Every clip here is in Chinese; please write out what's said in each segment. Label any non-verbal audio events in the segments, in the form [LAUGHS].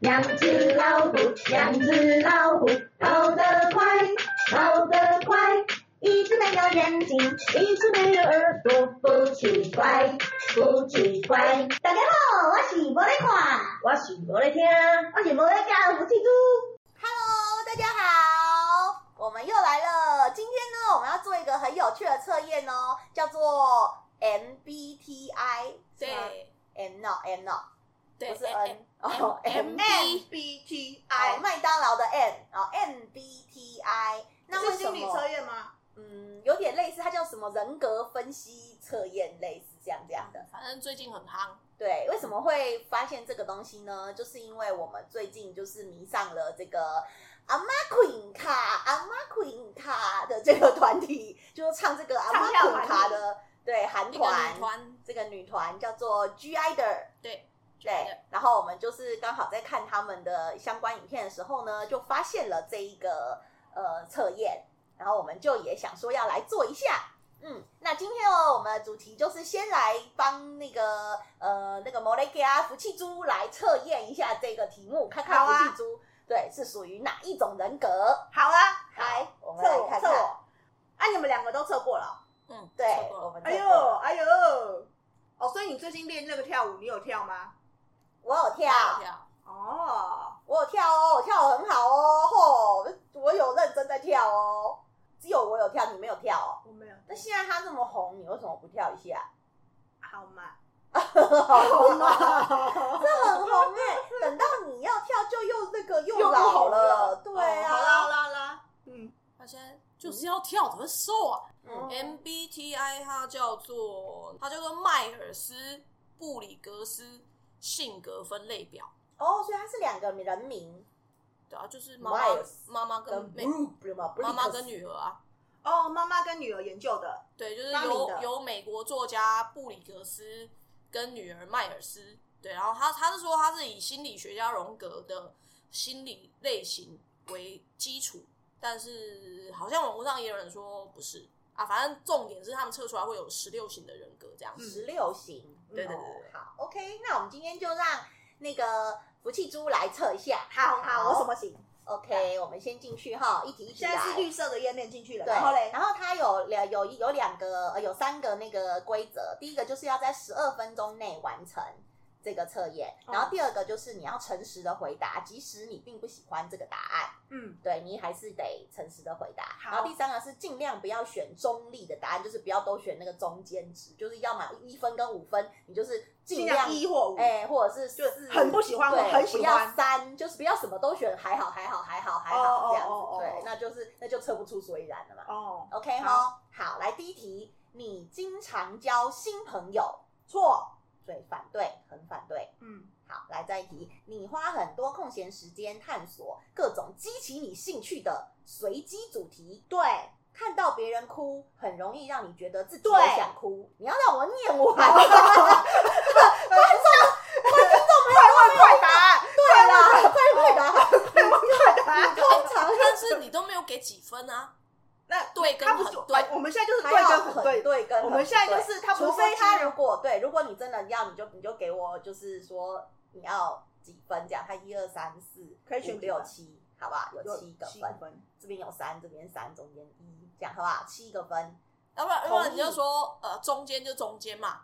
两只老虎，两只老虎，跑得快，跑得快。一只没有眼睛，一只没有耳朵，不奇怪，不奇怪。大家好，我是无咧看，我是无咧听，我是无咧教，我是猪。Hello，大家好，我们又来了。今天呢，我们要做一个很有趣的测验哦，叫做 MBTI 是吗。对 M no M no，对，不是 M- N 哦 M- M MBTI，哦麦当劳的 M 哦 MBTI，那为是什心理测么？验吗？嗯，有点类似，它叫什么人格分析测验，类似这样这样的。反正最近很夯，对，为什么会发现这个东西呢？就是因为我们最近就是迷上了这个阿妈 Queen 卡、阿妈 Queen 卡的这个团体，就是唱这个阿妈唱跳 Queen 团体卡的对韩一个女团，团，这个女团叫做 G Idol。对对，然后我们就是刚好在看他们的相关影片的时候呢，就发现了这一个呃测验，然后我们就也想说要来做一下。嗯，那今天哦，我们的主题就是先来帮那个呃那个摩雷给啊福气猪来测验一下这个题目，看看好啊福气猪、对是属于哪一种人格。好啊，来，我们测来我，看测看。我。啊，你们两个都测过了嗯，对错，过我们了哦。测哎呦过了，哎呦，哦，所以你最近练那个跳舞，你有跳吗？我有跳，跳跳，哦，我有跳哦，我跳的很好哦，吼，我有认真在跳哦，只有我有跳，你没有跳哦。我没有。那现在他这么红，你为什么不跳一下？好嘛，好红啊， [LAUGHS] 这很红哎、等到你要跳，就又那个又又不老红了对哦好啦好啊，啦好啦，嗯，他现在就是要跳，怎么瘦啊嗯？MBTI 它叫做它叫做迈尔斯布里格斯性格分类表，哦，所以他是两个人名，对啊，就是妈妈迈尔斯妈妈跟妹，不是吗？嗯妈妈跟女儿啊，哦，妈妈跟女儿研究的，对，就是发明由的由美国作家布里格斯跟女儿迈尔斯，对，然后他他是说他是以心理学家荣格的心理类型为基础，但是好像网络上也有人说不是啊，反正重点是他们测出来会有十六型的人格这样子，嗯十六型，对对对哦对好，OK，那我们今天就让那个福气猪来测一下。好好好，我什么型？ OK，我们先进去哈，一题一题现来。在是绿色的页面进去了，对，然后嘞，然后它有两有有两个呃有三个那个规则，第一个就是要在十二分钟内完成这个测验，嗯然后第二个就是你要诚实的回答，即使你并不喜欢这个答案，嗯，对你还是得诚实的回答。好然后第三个是尽量不要选中立的答案，就是不要都选那个中间值，就是要么一分跟五分，你就是尽尽量一或五，哎、或者是就四很不喜欢，我对，很喜不要欢，三，就是不要什么都选，还好还好还好还哦好哦这样哦哦子，对哦，那就是那就测不出所以然了嘛。哦， OK 哈好，好，来第一题，你经常交新朋友？错，对，反对，很反对。嗯，好，来再一题，你花很多空闲时间探索各种激起你兴趣的随机主题。对，看到别人哭，很容易让你觉得自己对也想哭。 [LAUGHS] 你要让我念完， [LAUGHS] 快问 [LAUGHS] 快答， [LAUGHS] 对啦，快快答，快问快答。通常但是你都没有给几分啊，那对跟他不很是哎对我们现在就是对还跟要很很对，对跟很我们现在对就是他不是除说非他鸡如果对，如果你真的要，你就你就给我就是说你要几分这样，他一二三四，可以选几六个七，好不好？有有七个七个分，分，这边有三，这边三，中间一，这样好不好？七个 [LAUGHS] 分，要不然要不然你就同意说呃中间就中间嘛，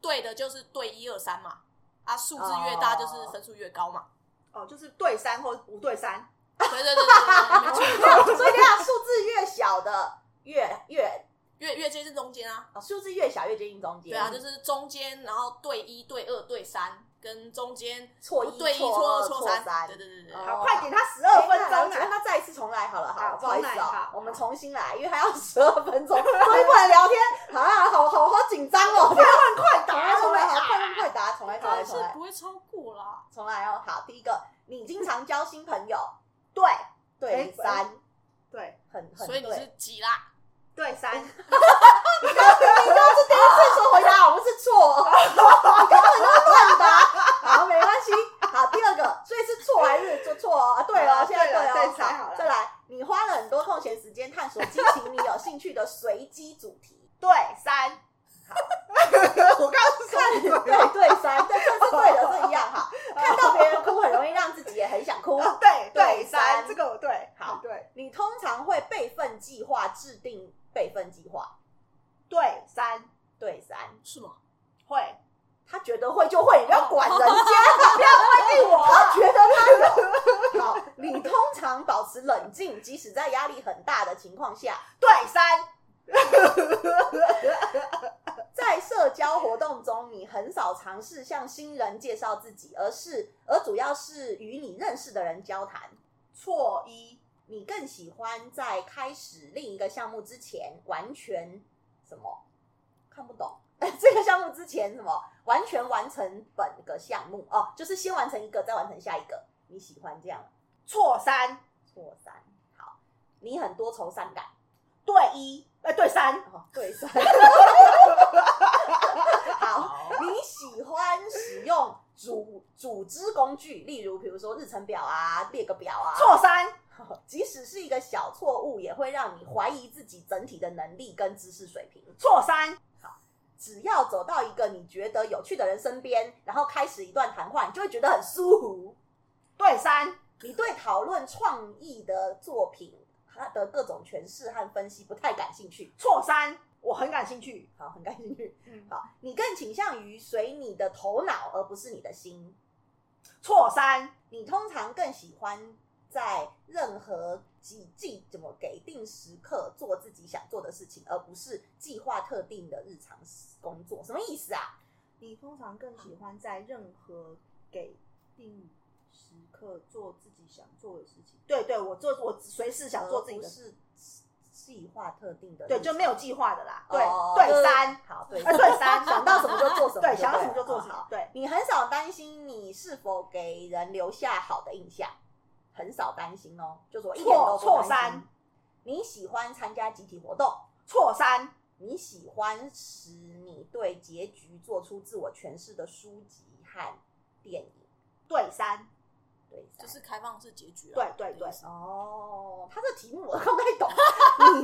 对的就是对一二三嘛，啊数字越大就是分数越高嘛，哦，就是对三或不对三，对对对对对，没所错以这样数字越小的越越越越接近中间啊。哦，数字越小越接近中间，对啊，就是中间，然后对一、对二、对三，跟中间错不一对一、错错二错错三对对对对哦对，好，快给他十哎二分那钟那啊！那再一次重来好了，好，好不好意思重来哦好，我们重新来，因为还要十二分钟，所以不能聊天啊，好好好紧张哦，快问快答，重来，哦好，快问快答，重来，重当来，然是重来，不会超过啦。重来哦，好，第一个，你经常交新朋友，对对哎你三，对很很所以你对，是几啦？对三，这次回答我们是错哦，你根本就是乱答，好，没关系，好，第二个，所以是错还是做错哦？啊，对哦好，现在对对哦，了再猜好了再来，你花了很多空闲时间探索激起你有兴趣的随机主题。对三。 [LAUGHS] 我刚刚是看对对三，对这是对的，这一样哈。看到别人哭，很容易让自己也 [LAUGHS] 哦胜计划对三对三，是吗？会，他觉得会就会，你不要管人家。不要规定 [LAUGHS] 哦我。他觉得他有。好，你通常保持冷静，即使在压力很大的情况下，对三在社交活动中，你很少尝试向新人介绍自己，而是而主要是与你认识的人交谈。错一你更喜欢在开始另一个项目之前，完全什么看不懂？ [LAUGHS] 这个项目之前什么完全完成本个项目哦，就是先完成一个，再完成下一个。你喜欢这样？错三错三好，你很多愁善感对一呃对三哦，对三。好，你喜欢使用组组织工具，例如比如说日程表啊，列个表啊。错三 [LAUGHS] 即使是一个小错误，也会让你怀疑自己整体的能力跟知识水平。错三只要走到一个你觉得有趣的人身边，然后开始一段谈话，你就会觉得很舒服。对三你对讨论创意的作品，它的各种诠释和分析不太感兴趣。错三，我很感兴趣。好，很感兴趣。嗯，好，你更倾向于随你的头脑，而不是你的心。错三你通常更喜欢在任何几季怎么给定时刻做自己想做的事情，而不是计划特定的日常工作。什么意思啊？你通常更喜欢在任何给定时刻做自己想做的事情。对对，我做我随时想做自己而的不事，是计划特定的日常，对，就没有计划的啦。对哦对三，好对啊 [LAUGHS] 对 [LAUGHS] 三，想到什么就做什么，对，想到什么就做什好么，对你很少担心你是否给人留下好的印象，很少担心哦，就是我一点都不错担心错三。你喜欢参加集体活动，错三你喜欢使你对结局做出自我诠释的书籍和电影，对三对三，就是开放式结局啊。对对对意思哦，他这题目我看不太懂。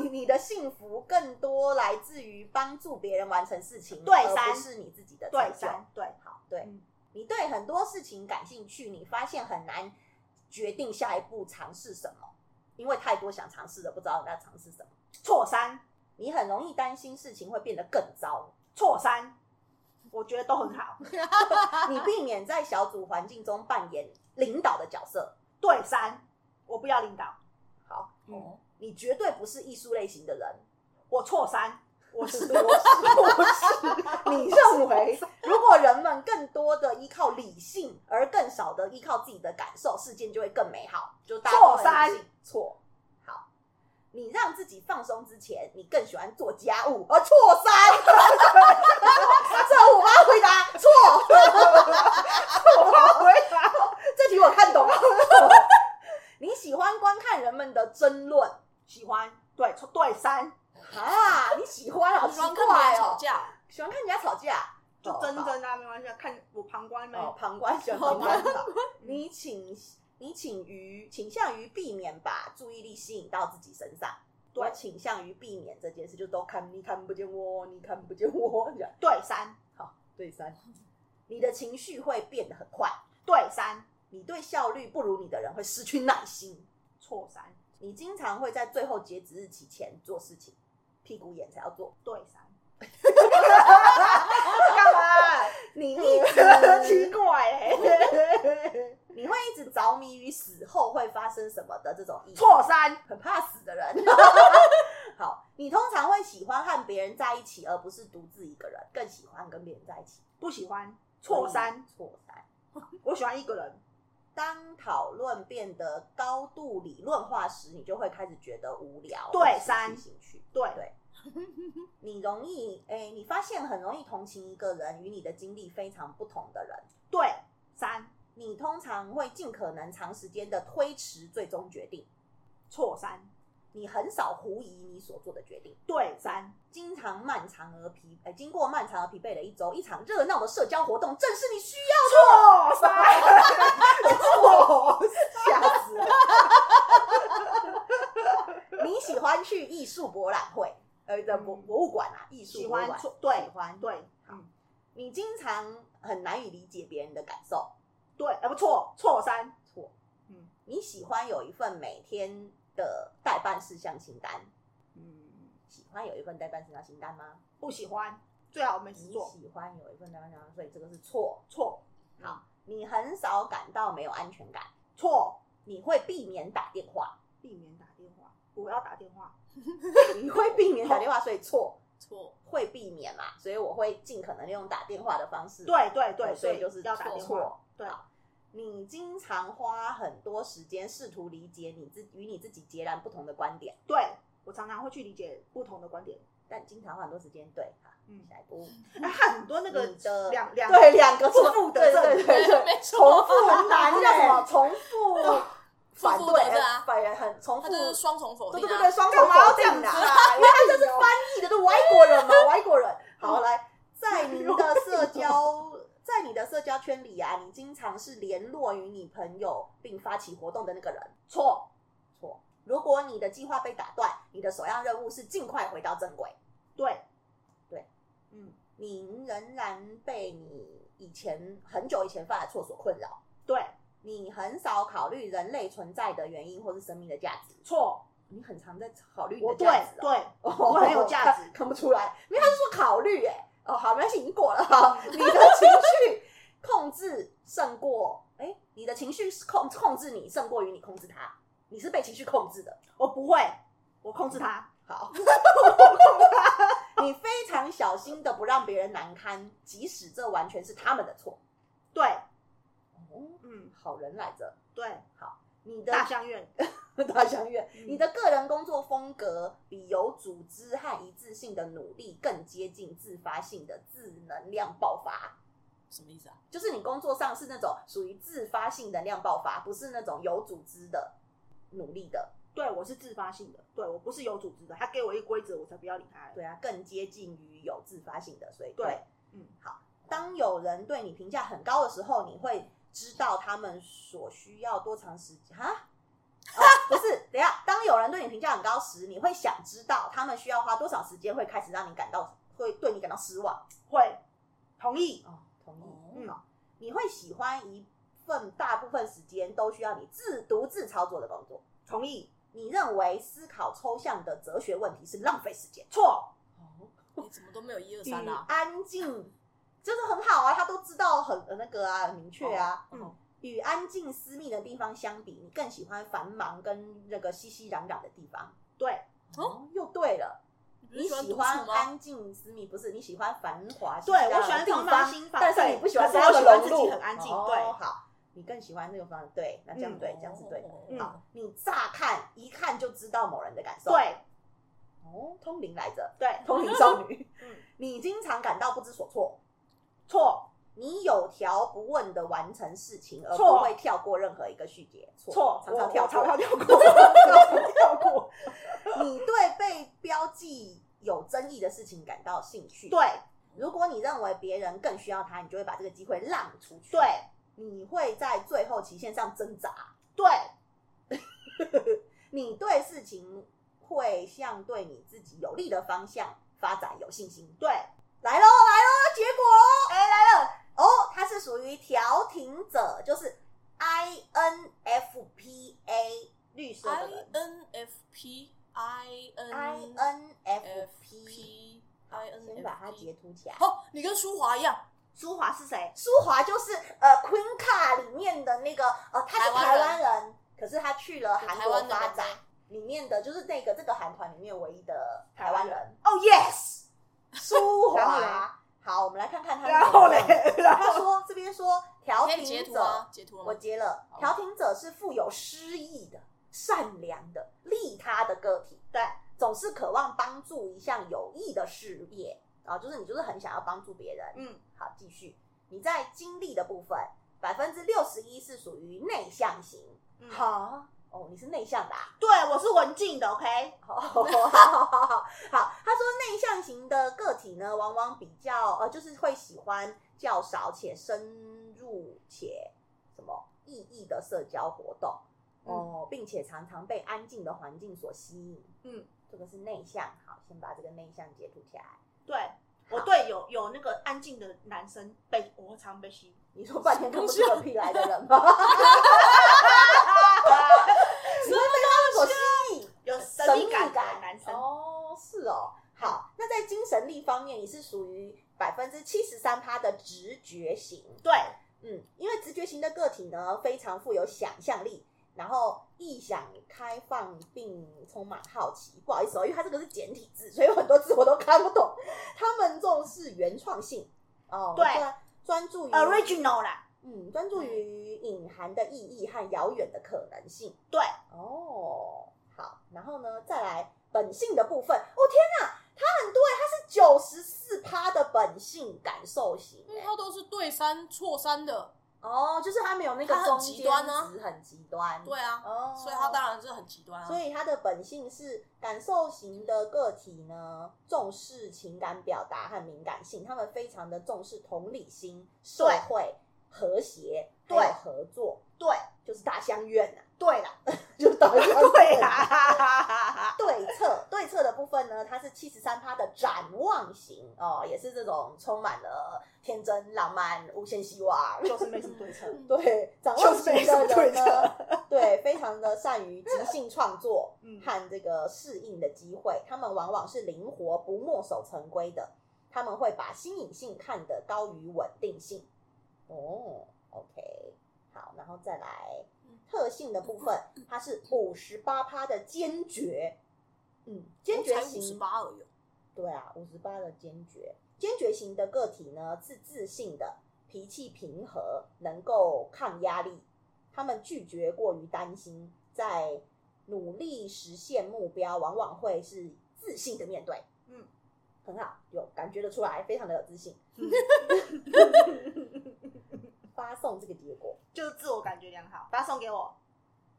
你你的幸福更多来自于帮助别人完成事情，对而三不是你自己的对成就三对，好，对、嗯你对很多事情感兴趣，你发现很难决定下一步尝试什么，因为太多想尝试的，不知道要尝试什么。错三你很容易担心事情会变得更糟，错三，我觉得都很好。 [LAUGHS] 你避免在小组环境中扮演领导的角色。对三，我不要领导，好，哦，你绝对不是艺术类型的人，我错三，我 [LAUGHS] 是我你认为，如果人们更多的依靠理性，而更少的依靠自己的感受，事件就会更美好。就大家都 [LAUGHS] 错三很理性 [LAUGHS] 错好，你让自己放松之前，你更喜欢做家务，而错三， [LAUGHS] 这我妈回答错，回答这题我看懂了。 [LAUGHS] 你喜欢观看人们的争论喜欢对错对三，啊？你喜欢好你奇喜欢跟别怪人哦吵，架，喜欢看人家吵架，就哦真好真的啊没关系啊，看我旁观没。哦，旁观选旁观法。你倾你倾于倾向于避免把注意力吸引到自己身上，对我倾向于避免这件事，就都看你看不见我，你看不见我这样。对三好，对三，你的情绪会变得很快，对三你对效率不如你的人会失去耐心，错三你经常会在最后截止日期前做事情，屁股眼才要做。对三， [LAUGHS] 干嘛？你你一奇 [LAUGHS] 直怪欸哦嘞，你会一直着迷于死后会发生什么的这种意识。错三很怕死的人。 [LAUGHS] 好，你通常会喜欢和别人在一起，而不是独自一个人，更喜欢跟别人在一起。不喜欢，错三，错三。我喜欢一个人，当讨论变得高度理论化时，你就会开始觉得无聊，对或者失去三兴趣。对对你容易，诶、你发现很容易同情一个人与你的经历非常不同的人。对三，你通常会尽可能长时间的推迟最终决定，错三你很少狐疑你所做的决定。对三经常漫长而疲，呃，经过漫长而疲惫的一周，一场热闹的社交活动正是你需要错三 [LAUGHS] 错哦的。吓死了！你喜欢去艺术博览会，呃，的博博物馆啊，艺术喜博物欢馆错对喜欢。对你经常很难以理解别人的感受，对，哎不错错三错。嗯你喜欢有一份每天的代办事项清单，嗯喜欢有一份代办事项清单吗？不喜欢，最好没你事做，嗯喜欢有一份代办事项，所以这个是错。错好，你很少感到没有安全感，错，你会避免打电话，避免打电话，我要打电话， [LAUGHS] 你会避免打电话，所以错。错，会避免嘛，所以我会尽可能利用打电话的方式。哦对对对，所以对就是要打电话，错。对好你经常花很多时间试图理解你自与你自己截然不同的观点，对我常常会去理解不同的观点，但经常花很多时间对哈，嗯，下一步哎很多那个你的两两对两个重错复的对证对对对，没重错，复很难 [LAUGHS] 这叫什么欸重复反重复对的啊呃反正很重复他就是双重否对定对对啊对，，双重干嘛要否这样定子的，啊？ [LAUGHS] 因为他这是翻译的，就是外国人嘛，外国人。好，来， [LAUGHS] 在你的社交，在你的社交圈里啊，你经常是联络于你朋友并发起活动的那个人。错，错。如果你的计划被打断，你的首要任务是尽快回到正轨。对对，嗯，你仍然被你以前很久以前犯的错所困扰。对，你很少考虑人类存在的原因或是生命的价值。错，你很常在考虑你我的对价值、哦。对，哦，我很有价值看看不出来，因为他是说考虑、欸，哎，哦，好，没关系，已经过了 [LAUGHS] 哈。你的情绪控制胜过，哎、你的情绪是控控制你胜过于你控制他，你是被情绪控制的。我不会，我控制它，好，你非常小心的不让别人难堪，即使这完全是他们的错。对，哦，嗯，好人来着，对，你的大相愿， [LAUGHS] 大相院，嗯你的个人工作风格比有组织和一致性的努力更接近自发性的自能量爆发。什么意思啊？就是你工作上是那种属于自发性能量爆发，不是那种有组织的努力的。对我是自发性的，对我不是有组织的，他给我一规则，我才不要理他。对啊，更接近于有自发性的，所以对对，嗯，好。当有人对你评价很高的时候，你会知道他们所需要多长时间哈。哦，不是，等一下，当有人对你评价很高时，你会想知道他们需要花多少时间，会开始让你感到会对你感到失望。会同意，哦，同意。嗯，你会喜欢一份大部分时间都需要你自独自操作的工作。同意，你认为思考抽象的哲学问题是浪费时间？错，哦，你怎么都没有一二与三啊？安静真的很好啊，他都知道很呃那个啊，很明确啊。哦嗯与安静私密的地方相比，你更喜欢繁忙跟那个熙熙攘攘的地方。对，哦，又对了，你不嗯你是喜独欢处吗？安静私密，不是你喜欢繁华？对熙熙攘攘的我喜欢地繁方，忙新房但是对你不喜欢可是这样的我喜欢融自己入很安静哦对好，你更喜欢那个方式，对，那这样嗯对，这样是对的。哦嗯好，你乍看一看就知道某人的感受，，对，哦，通灵来 [LAUGHS] 着，对，通灵少女，嗯你经常感到不知所措，错，你有条不紊的完成事情，而错不会跳过任何一个细节。错，常常跳我常过。常跳 [LAUGHS] 过，常常跳过，你对被标记有争议的事情感到兴趣。，对，如果你认为别人更需要它，你就会把这个机会让出去。对，你会在最后期限上挣扎。对，你对事情会向对你自己有利的方向发展有信心。对，来喽，来喽，结果喽，哎、来了哦，它是属于调停者，就是 INFPA 绿色的 I 人 N F P I N ，INFP， P I N 先 F 把它 P 截图起来。哦，你跟舒华一样，舒华是谁？舒华就是呃 Queen Car 里面的那个呃，他是台台湾湾人，可是他去了韩台国湾的发人展，里面的就是那个这个韩团里面唯一的台湾人哦，yes，舒然后华嘞。好，我们来看看他然后嘞是怎么样，然他后说这边说调你可以截停图者。啊，截图了我吗？接了，好调停者是富有诗意的、善良的、利他的个体，对，总是渴望帮助一项有益的事业啊，就是你就是很想要帮助别人。嗯，好，继续，你在经历的部分，百分之六十一是属于内向型。嗯好，哦，你是内向的、啊。对，我是文静的，OK， [LAUGHS] 好好好好好好，他说内向型的个体呢，往往比较呃，就是会喜欢较少且深入且什么意义的社交活动哦、并且常常被安静的环境所吸引。嗯，这个是内向。好，先把这个内向截图起来。对我对有有那个安静的男生被我常被吸引。你说半天看不出个屁来的人吗？你会被他们所吸引有 [LAUGHS] 神神秘秘感的感男生，哦，是哦，方面，你是属于百分之七十三趴的直觉型。对，嗯，因为直觉型的个体呢，非常富有想象力，然后异想开放并充满好奇。不好意思哦，因为它这个是简体字，所以有很多字我都看不懂。他们重视原创性，哦，对专，专哦注于 original 啦，嗯，专注于隐含的意义和遥远的可能性。对，哦，好，然后呢，再来本性的部分。哦天哪，它很多欸，它是九十四趴的本性感受型欸因为它都是对三错三的，哦，就是它没有那个它很中极间端啊值很极端，对啊，哦，所以它当然是很极端啊。所以它的本性是感受型的个体呢，重视情感表达和敏感性，他们非常的重视同理心、社对会和谐，对还有合作，对，就是大相怨呐、啊对啦，就是哦导向 [LAUGHS] [LAUGHS] 对啊啦，对策对策的部分呢，它是七十三趴的展望型哦，也是这种充满了天真、浪漫、无限希望。就是没什么对策。嗯对，展望型的就是没什么对人呢，对，非常的善于即兴创作嗯和这个适应的机会，他们往往是灵活不墨守成规的，他们会把新颖性看得高于稳定性。哦，OK，好，然后再来嗯特性的部分，它是五十八趴的坚决，嗯，坚决五十型八而已哦，对啊，五十八的坚决，坚决型的个体呢是自信的，脾气平和，能够抗压力。他们拒绝过于担心，在努力实现目标，往往会是自信的面对。嗯，很好，有感觉得出来，非常的有自信。嗯 [LAUGHS] 发送这个结果， [LAUGHS] 就是自我感觉良好，把它送给我。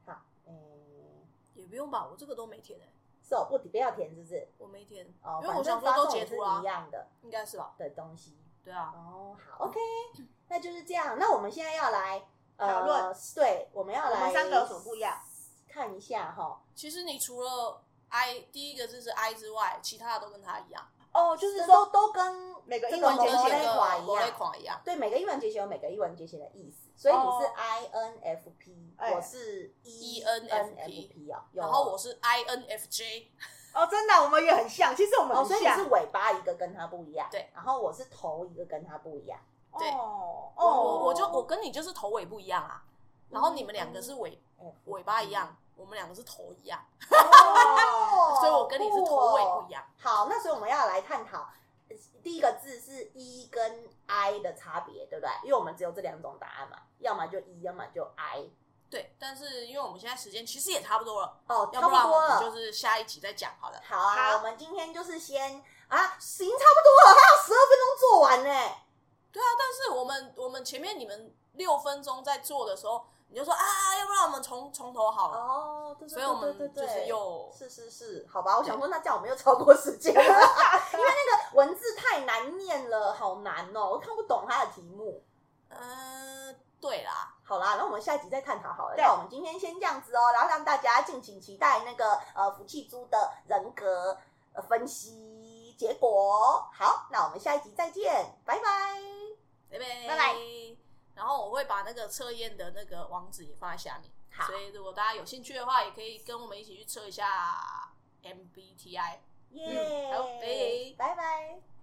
好，嗯，也不用吧，我这个都没填哎，是哦，不不要填，是不是？我没填，哦，因为反正我想说发都送截也是图啊啦一，样的应该是吧？的东西。对啊，哦，好，OK，那就是这样。那我们现在要来呃讨论，对，我们要来我们三个有什么不一样？看一下哈，其实你除了 I 第一个字是 I 之外，其他的都跟它一样，哦，就就是都都跟每个这英文某简某写类的款一某类样。款一样，对，每个英文节写有每个英文节写的意思，所以你是哦 INFP，、哎我是 ENFP 哦。有然后我是 INFJ，哦，真的，我们也很像。其实我们哦，很所以你像是。尾巴一个跟它不一样，对，然后我是头一个跟它不一样，对哦我我我就我跟你就是头尾不一样啊，然后你们两个是尾嗯尾巴一样，我们两个是头一样，哦哦所以我跟你是头尾酷哦不一样。好，那所以我们要来探讨呃第一个字是 e 跟 i 的差别，对不对？因为我们只有这两种答案嘛，要么就 e，要么就 i。对，但是因为我们现在时间其实也差不多了，哦，要差然不多我们了。就是下一集再讲好了。好啊，好我们今天就是先啊，行，差不多了，还有十二分钟做完呢、对啊，但是我们我们前面你们六分钟在做的时候，你就说啊，要不然我们从从头好了。哦，对所以我们就是又是是是，好吧，我想说那这样我们又超过时间了， [LAUGHS] 因为那个文字太难念了，好难哦，我看不懂它的题目。嗯、对啦，好啦，那我们下一集再探讨好了。对那我们今天先这样子哦，然后让大家敬请期待那个呃福气猪的人格、呃、分析结果。哦好，那我们下一集再见，拜拜。拜拜拜拜。然后我会把那个测验的那个网址也放在下面，好所以如果大家有兴趣的话，也可以跟我们一起去测一下 MBTI。耶嗯好，拜拜。